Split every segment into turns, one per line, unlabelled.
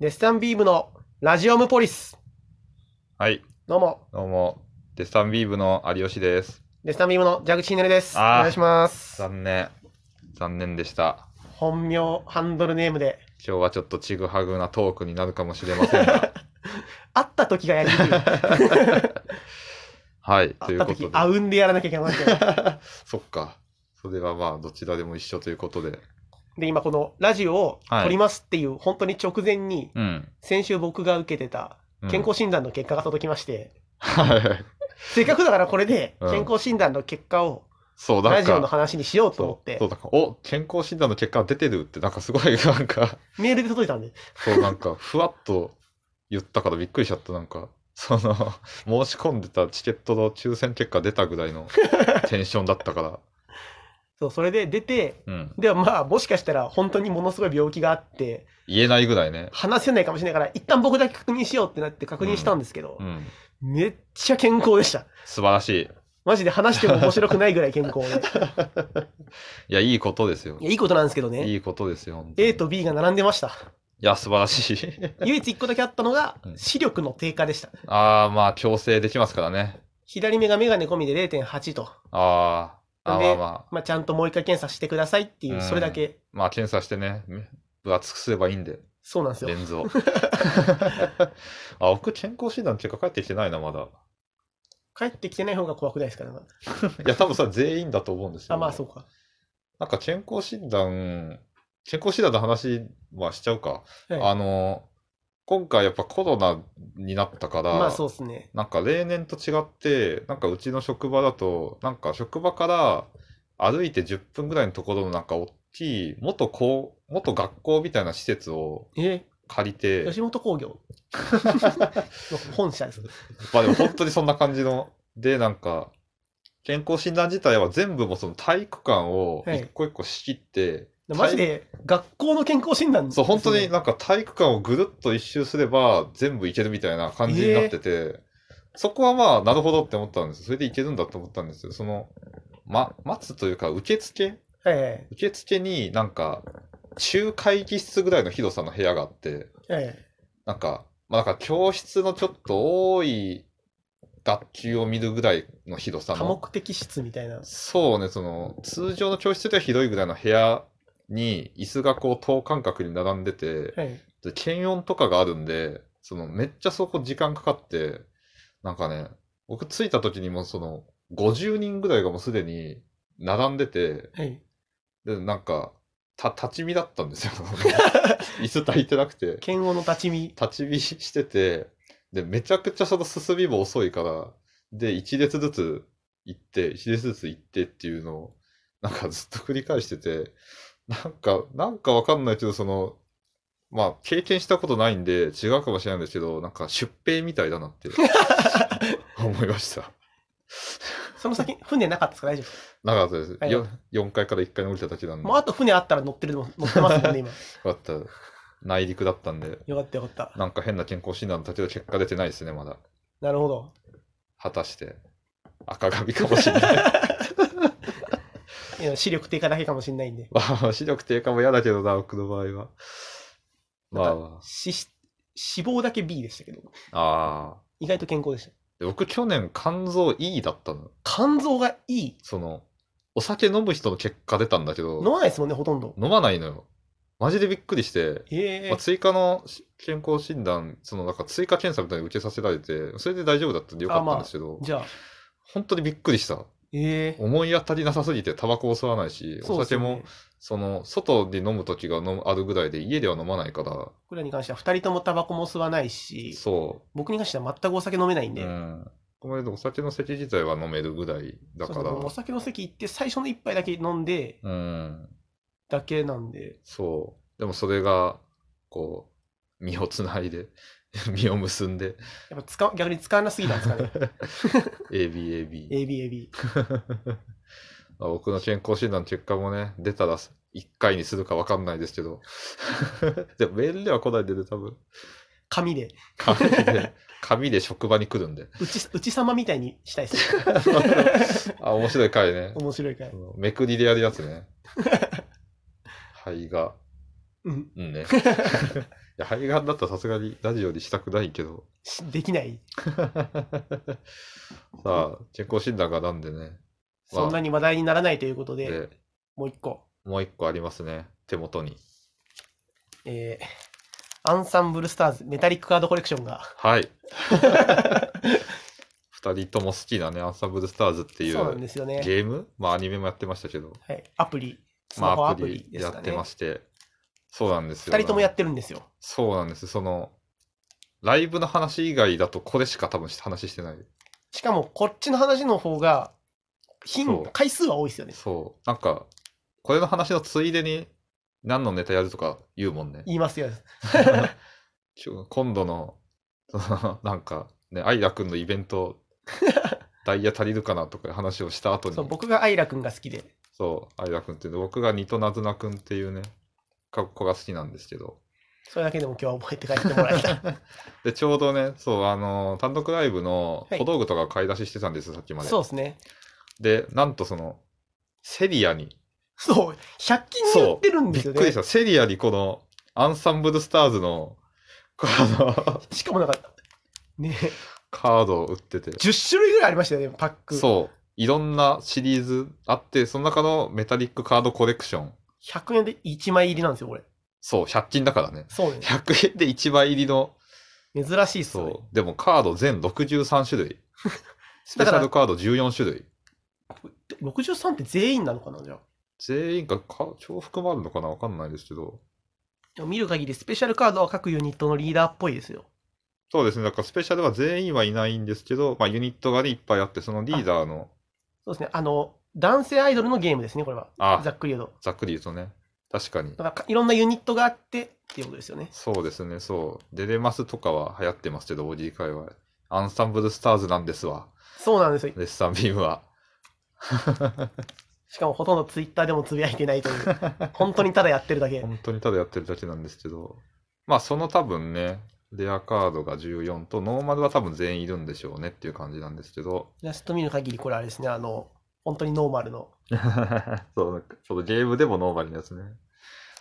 デスタンビームのラジオムポリス。
はい、
どうも、
どうも。デスタンビーブの有吉です。
デスタンビームの蛇口ひねるです。お
あー
願いします。
残念。残念でした。
本名、ハンドルネームで。
今日はちょっとちぐはぐなトークになるかもしれませ んが。
会った時がや りにくい。
はい、と
会っ
いう
た
こ
時
と、で。
あうんでやらなきゃいけないわけ よ。
そっか。それはまあ、どちらでも一緒ということで。
で、今このラジオを
はい
撮りますっていう、本当に直前に、
うん。
先週僕が受けてた健康診断の結果が届きまして、
はい。
せっかくだからこれで
うん
健康診断の結果を
そう、な
ラ
ん
ジオの
か。
話にしようと思
そ
っ
う
て
そう、だからお健康診断の結果が出てるって、なんかすごい、 なんか、
メールで届いたんで、
そう、なんか、ふわっと言ったからびっくりしちゃった、なんか、その、申し込んでたチケットの抽選結果出たぐらいのテンションだったから。
そう、それで出て、
うん。
ではまあもしかしたら本当にものすごい病気があって
言えないぐらいね。
話せないかもしれないから一旦僕だけ確認しようってなって確認したんですけど、
うん。
めっちゃ健康でした
素晴らしい。
マジで話しても面白くないぐらい健康 で
いや、いいことですよ
い。やいいことなんですけどね
いいことですよ。本当に
A と B が並んでま した
いや、素晴らしい。
唯一一個だけあったのが
うん
視力の低下でした
ああ、まあ、強制できますからね。
左目が眼鏡込みで0.8と、
あーあ、
で
まあまあ、
まあ、ちゃんともう一回検査してくださいっていううんそれだけ
まあ、検査してね、め分厚くすればいいんで、
そうなんです
レ
よ
ンズを。 あ、僕、健康診断の結果返ってきてないな、まだ。
帰ってきてない方が怖くないですから、ね、
いや、多分さ、全員だと思うんですよ。
あまあそうか
なんか、健康診断、健康診断の話はしちゃうか。
はい
あの、今回やっぱコロナになったから、
まあそうですね
なんか例年と違って、なんかうちの職場だと、なんか職場から歩いて10分ぐらいのところのなんか大きい元校、元学校みたいな施設を
え
借りて、
吉本興 業の本社です
まあでも本当にそんな感じの、で、なんか、健康診断自体は全部もうその体育館を
はい
一個一個仕切って、
マジで学校の健康診断
そう、本当
です
に
ね
なんか体育館をぐるっと一周すれば全部いけるみたいな感じになってて、そこはまあ、なるほどって思ったんです。それでいけるんだと思ったんですよ。その、ま、待つというか、受付
え
受付になんか、中会議室ぐらいの広さの部屋があって、
ええ
なんか、まあなんか教室のちょっと多い学級を見るぐらいの広
え
さ
多
の。
目的室みたいな
そうね、その、通常の教室では広いぐらいの部屋に椅子がこう等間隔に並んでて、
え
で、検温とかがあるんで、その、めっちゃそこ時間かかって、なんかね、僕着いた時にもうその、50人ぐらいがもうすでに並んでて、
ええ
で、なんか、た、立ち見だったんですよ。 椅子足いてなくて
え、検温の立ち見
立ち見してて、で、めちゃくちゃその進みも遅いから、で、一列ずつ行って、一列ずつ行ってっていうのを、なんかずっと繰り返してて、なんか、なんかわかんないけど、その、まあ、経験したことないんで、違うかもしれないんですけど、なんか出兵みたいだ なって思いました。
その先船なかったですか大丈
なかったです。
はい
よ4階から1階に降りただけなん
夫
で。
もうあと船あったら乗ってるの乗ってますもんね 今
よかった。内陸だったんで、
よかったよかった
なんか変な健康診断だけど結果出てないですね、まだ。
なるほど
果たして、赤髪かもし れない。
いや視力低下だけかもしれないんで
まあ、視力低下も嫌だけどな、僕の場合は。まあ
なん
ま
かしし脂肪だけ B でしたけど
あ、ああ。
意外と健康でした
で僕、去年、肝臓 E だったの。
肝臓がいい
その、お酒飲む人の結果出たんだけど、
飲まないですもんねほとんど
飲まないのよ。マジでびっくりして、
ええ
まあ、追加のし健康診断、そのなんか追加検査みたいに受けさせられて、それで大丈夫だったんでよかったんですけど、
じゃあ
本当にびっくりした。
ええ
思い当たりなさすぎてタバコを吸わないし、
そう
お
です
酒
よね
もその外で飲む時が飲むあるぐらいで家では飲まないから
僕らに関しては2人ともタバコも吸わないし
そ
僕に関しては全くお酒飲めないん
う、
で、
うん、これでお酒の席自体は飲めるぐらいだか
そう
ら
そうお
う
酒の席行って最初の一杯だけ飲んで
ん
だけなんで
そうでもそれがこう身をつないで 身を結んで
やっぱ使わ逆に使わなすぎたんですか ね
ABAB
ABAB
まあ僕の健康診断の結果もね出たら1回にするか分かんないですけど でもメールでは来ないんでね多分
紙で
紙で紙で職場に来るんで
うちうち様みたいにしたいです
あ面白い回ね
面白いから
うんめくりで やるやつね。肺が、
うん
うんね。や、肺がんだったらさすがにラジオにしたくないけど。
しできない。
さあ、健康診断がなんでね。
そんなに話題にならないということで、
で、
もう一個。
もう一個ありますね。手元に。
えーアンサンブルスターズ、メタリックカードコレクションが。
はい。二人とも好きなね、アンサンブルスターズってい
そうなん
う
ですよね。
ゲームまあアニメもやってましたけど、
はい、アプリ、ス
ま
マホ
あ
ア
アプ
プリ
リ
です
や
か
って
ね
ま。して、そうなんですよ。
二人ともやってるんですよ。
そうなんです。その、ライブの話以外だとこれしか多分話してない。
しかも、こっちの話の方が、頻
そう
回数は多いですよね。
そう。なんか、これの話のついでに何のネタやるとか言う もんね。
言いますよ。
今日今度の、そのなんか、ね、アイラ君のイベント、ダイヤ足りるかなとかいう話をした後に、
そう僕がアイラ君が好きで、
そう、アイラ君っていうの、僕がニトナズナ君っていうね、か子が好きなんですけど。
それだけでも今日は覚えて帰ってもら えた。
で、ちょうどね、そう、あの、単独ライブの
はい
小道具とか買い出ししてたんですよ、さっきまで。
そうですね。
で、なんとその、セリアに、
そう、100均に売
そ
っ
う、
てるんで
びっ
す
く
よ
り
ね
し。た。セリアにこの、アンサンブルスターズの、この、
しかもなんか、ね、
カードを売ってて。
10種類ぐらいありましたよね、パック。
そう。いろんなシリーズあって、その中のメタリックカードコレクション。
100円で1枚入りなんですよ、これ。
そう、100均だからね。
そうね。
100円で1枚入りの。
珍しいっすよね。
そう。でもカード全63種 類。スペ
だか
シ
ら
ャルカード14種類。
63って全員なのかな、じゃあ。
全員がか重複もあるのかなわかんないですけど。
でも見る限りスペシャルカードは各ユニットのリーダーっぽいですよ。
そうですね。だからスペシャルは全員はいないんですけど、まあユニットがね、いっぱいあって、そのリーダーの、
そうですね。あの、男性アイドルのゲームですね、これは。
あ
ざっくり言うと。
ざっくり言うとね。確かに
だ。からかいろんなユニットがあってっていうことですよね。
そうですね、そう。デレマスとかは流行ってますけど、オーディ界隈。アンサンブルスターズなんですわ。
そうなんですよ。
レッサンビームは。
しかもほとんどツイッターでもつぶやいてないという。 本当にただやってるだけ。
本当にただやってるだけなんですけど、まあその多分ね、レアカードが14と、ノーマルは多分全員いるんでしょうねっていう感じなんですけど、
イラスト見る限り、これあれですね、あの、本当にノーマルの
そう、そのゲームでもノーマルのやつね。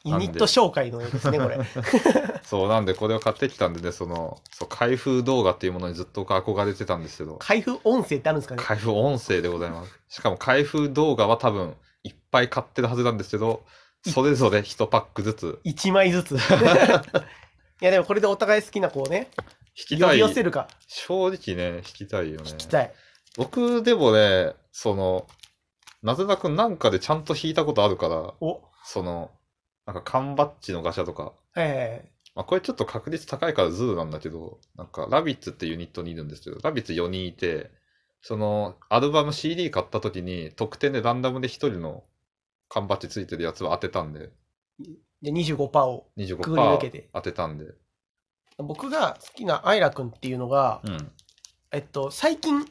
ユニット紹介の絵ですね、これ。
そう、なんでこれを買ってきたんでね、その、そう開封動画っていうものにずっと憧れてたんですけど、
開封音声ってあるんですかね。
開封音声でございます。しかも開封動画は多分いっぱい買ってるはずなんですけど、それぞれ1パックず つ
1枚 ずつ。いや、でもこれでお互い好きな子をね、
引き
呼
たい
び。寄せるか。
正直ね、引きたいよね。
聞きたい。
僕でもね、その、なぜだくんなんかでちゃんと引いたことあるから、
お、
その、なんか缶バッジのガシャとか、
え
まあ、これちょっと確率高いからズーなんだけど、なんか、ラビッツってユニットにいるんですけど、ラビッツ4人いて、その、アルバム CD 買った時に、特典でランダムで1人の缶バッジついてるやつを当てたんで、
えじゃあ25%を。くぐり抜け
25%
て
当てたんで。
僕が好きなアイラくんっていうのが、
うん。
えっと、最近、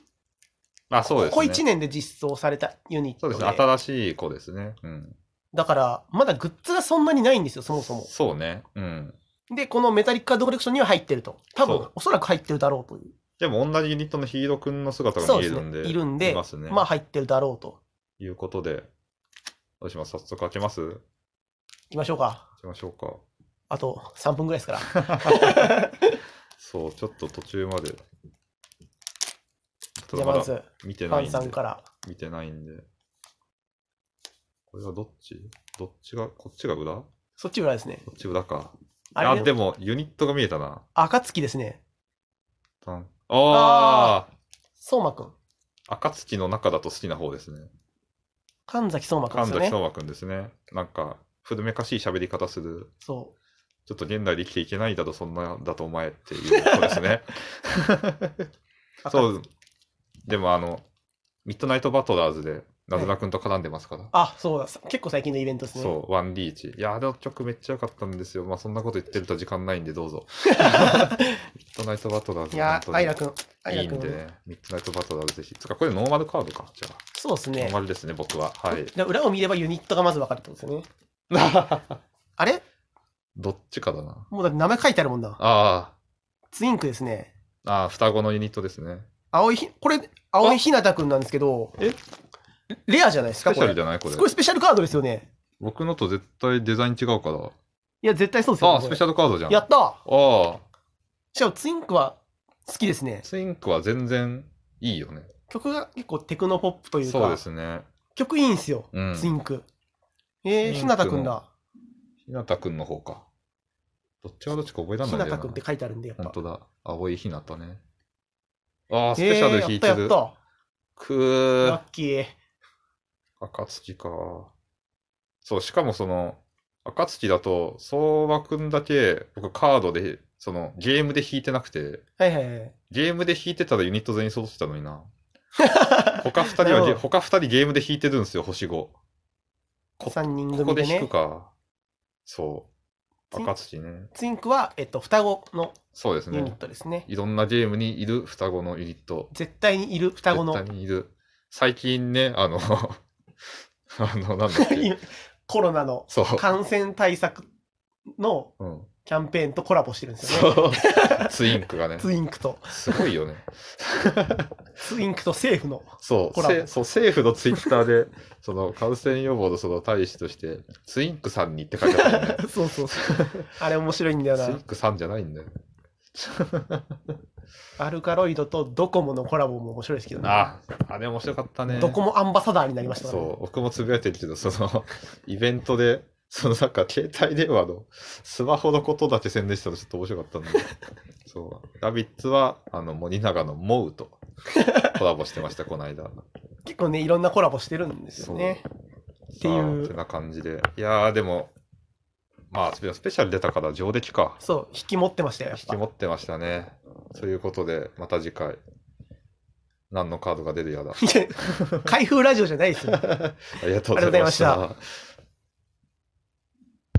あ、そうですね。
ここ1年で実装されたユニッ
そ
ト
う
で
ですね。新しい子ですね。うん。
だから、まだグッズがそんなにないんですよ、そもそも。
そうね。うん。
で、このメタリックカードコレクションには入ってると。多
そ
分
う、
おそらく入ってるだろうという。
でも同じユニットのヒーローくんの姿が
そう
見
で
え
す
るんで、
ね。いるんで、
ますね。
まあ入ってるだろうと。
いうことで、どうします早速開けます行
いきましょうか。
きましょうか。
あと3分ぐらいです から。
そう、ちょっと途中まで。た
じゃ
だ
あ
ま
ま
だ
ず、
見
フ
てない
ァン
ん
さん
で
か。ら。
見てないんで。これはどっちどっちが、こっちが裏こ
そっち裏ですね。
っち裏か。
あ
あ
れ、
でもユニットが見えたな。
暁ですね。
たんああ
相馬くん。
暁の中だと好きな方ですね。
神崎相馬くんで
神
すよ
崎
ね。
相馬くんですね。なんか、古めかしい喋り方する。
そ
ちょっと現代で生きていけないだと、そんなだとお前っていうことで すね。
う。
そ
暁。
う。でもあの、ミッドナイトバトラーズで、なずなくんと絡んでますから。
あ、そうだ。さ結構最近のイベントですね。
そう、ワンリーチ。いや、あの曲めっちゃ良かったんですよ。まあ、そんなこと言ってると時間ないんで、ど うぞ。ミッドナイトバトラーズ
いやー、アイラくん。アイ
い
ラ
い
く
ん
ん。
でね、ミッドナイトバトラーズぜひ。つか、これノーマルカードか。じゃあ、
そうです
ノ
ね
ー。マルですね、僕は。 はい。
で裏を見ればユニットがまず分かるってことですよね。 あれ
どっちかだな。
もうだって名前書いてあるもんな。
あ
ツインクですね。
あ、ああ、双子のユニットですね。
青いひ、これ、青いひなたくんなんですけど、
え
レアじゃないです
ス
か、
ペシ
これ
ャルじ。ゃないこれ
すご。いスペシャルカードですよね。
僕のと絶対デザイン違うから。
いや、絶対そうですよ。
ああ、スペシャルカードじゃん。
やった
あ
しかもツインクは好きですね
あ、。ツインクは全然いいよね。
曲が結構テクノポップというか、
そうですね。
曲いいんですよ、
うん
ツインク。えー、
ツインク
ひなたくんだ。
ひなたくんの方か。どっちがどっちか覚えらんな
ひ
いんだ
な
よな。
たくんって書いてあるんで、やっぱ。
本当だ。青いひなたね。ああ、ス
え
ペシャル
ー
弾
や
い
った
て
や
る。
った。
く
ラ
ー。
ッキー。
暁か。そう、しかもその、暁だと、相馬くんだけ、僕カードで、その、ゲームで弾いてなくて、
はいはいはい。
ゲームで弾いてたらユニット全員揃ってたの にな。他二人
なる
は
ほ
ゲ、
ど
他二人ゲームで弾いてるんですよ、星5。ここ
3人
こ
組
で
でね。
弾くか。そう。
ツイン
暁ね。
ツインクは、えっと、双子の
そうです
ユニッ
ね。
トですね。
いろんなゲームにいる双子のユニット。
絶対にいる双子の
絶。対にいる。最近ね、あの、 あの、なんだっ け。
コロナの
そう。
感染対策の
うん、
キャンペーンとコラボしてるんですよ
そ
ね。
う。ツインクがね。
ツインクと、
すごいよね。
ツインクと政 府の。
そう
コラボ
せそう政府のツイッターで、その感染予防のその大使として、ツインクさんにって書いてあったよね。
そうそうそう。 あれ面白いんだよ
ツイン
な。
クさんじゃないんだよ。
アルカロイドとドコモのコラボも面白いですけどね。
あ、あれ面白かったね。
ドコモアンバサダーになりましたからね
そう、僕もつぶやいてるけど、その、 イベントで、そのなんか携帯電話のスマホのことだけ宣伝したのちょっと面 白かったんで、そう、ラビッツは、あの、森永のモウとコラボしてました、この間。
結構ね、いろんなコラボしてるんですよね。ていう
さあてな感じで。いやー、でも、まあ、スペスペシャル出たから上出来か。
そう、引き持ってましたよ、や
引
っ
き
ぱ。
持ってましたね。ということで、また次回、何のカードが出るやだ。
開封ラジオじゃないですよ。
ありがとう
ありがとうございました
ございました。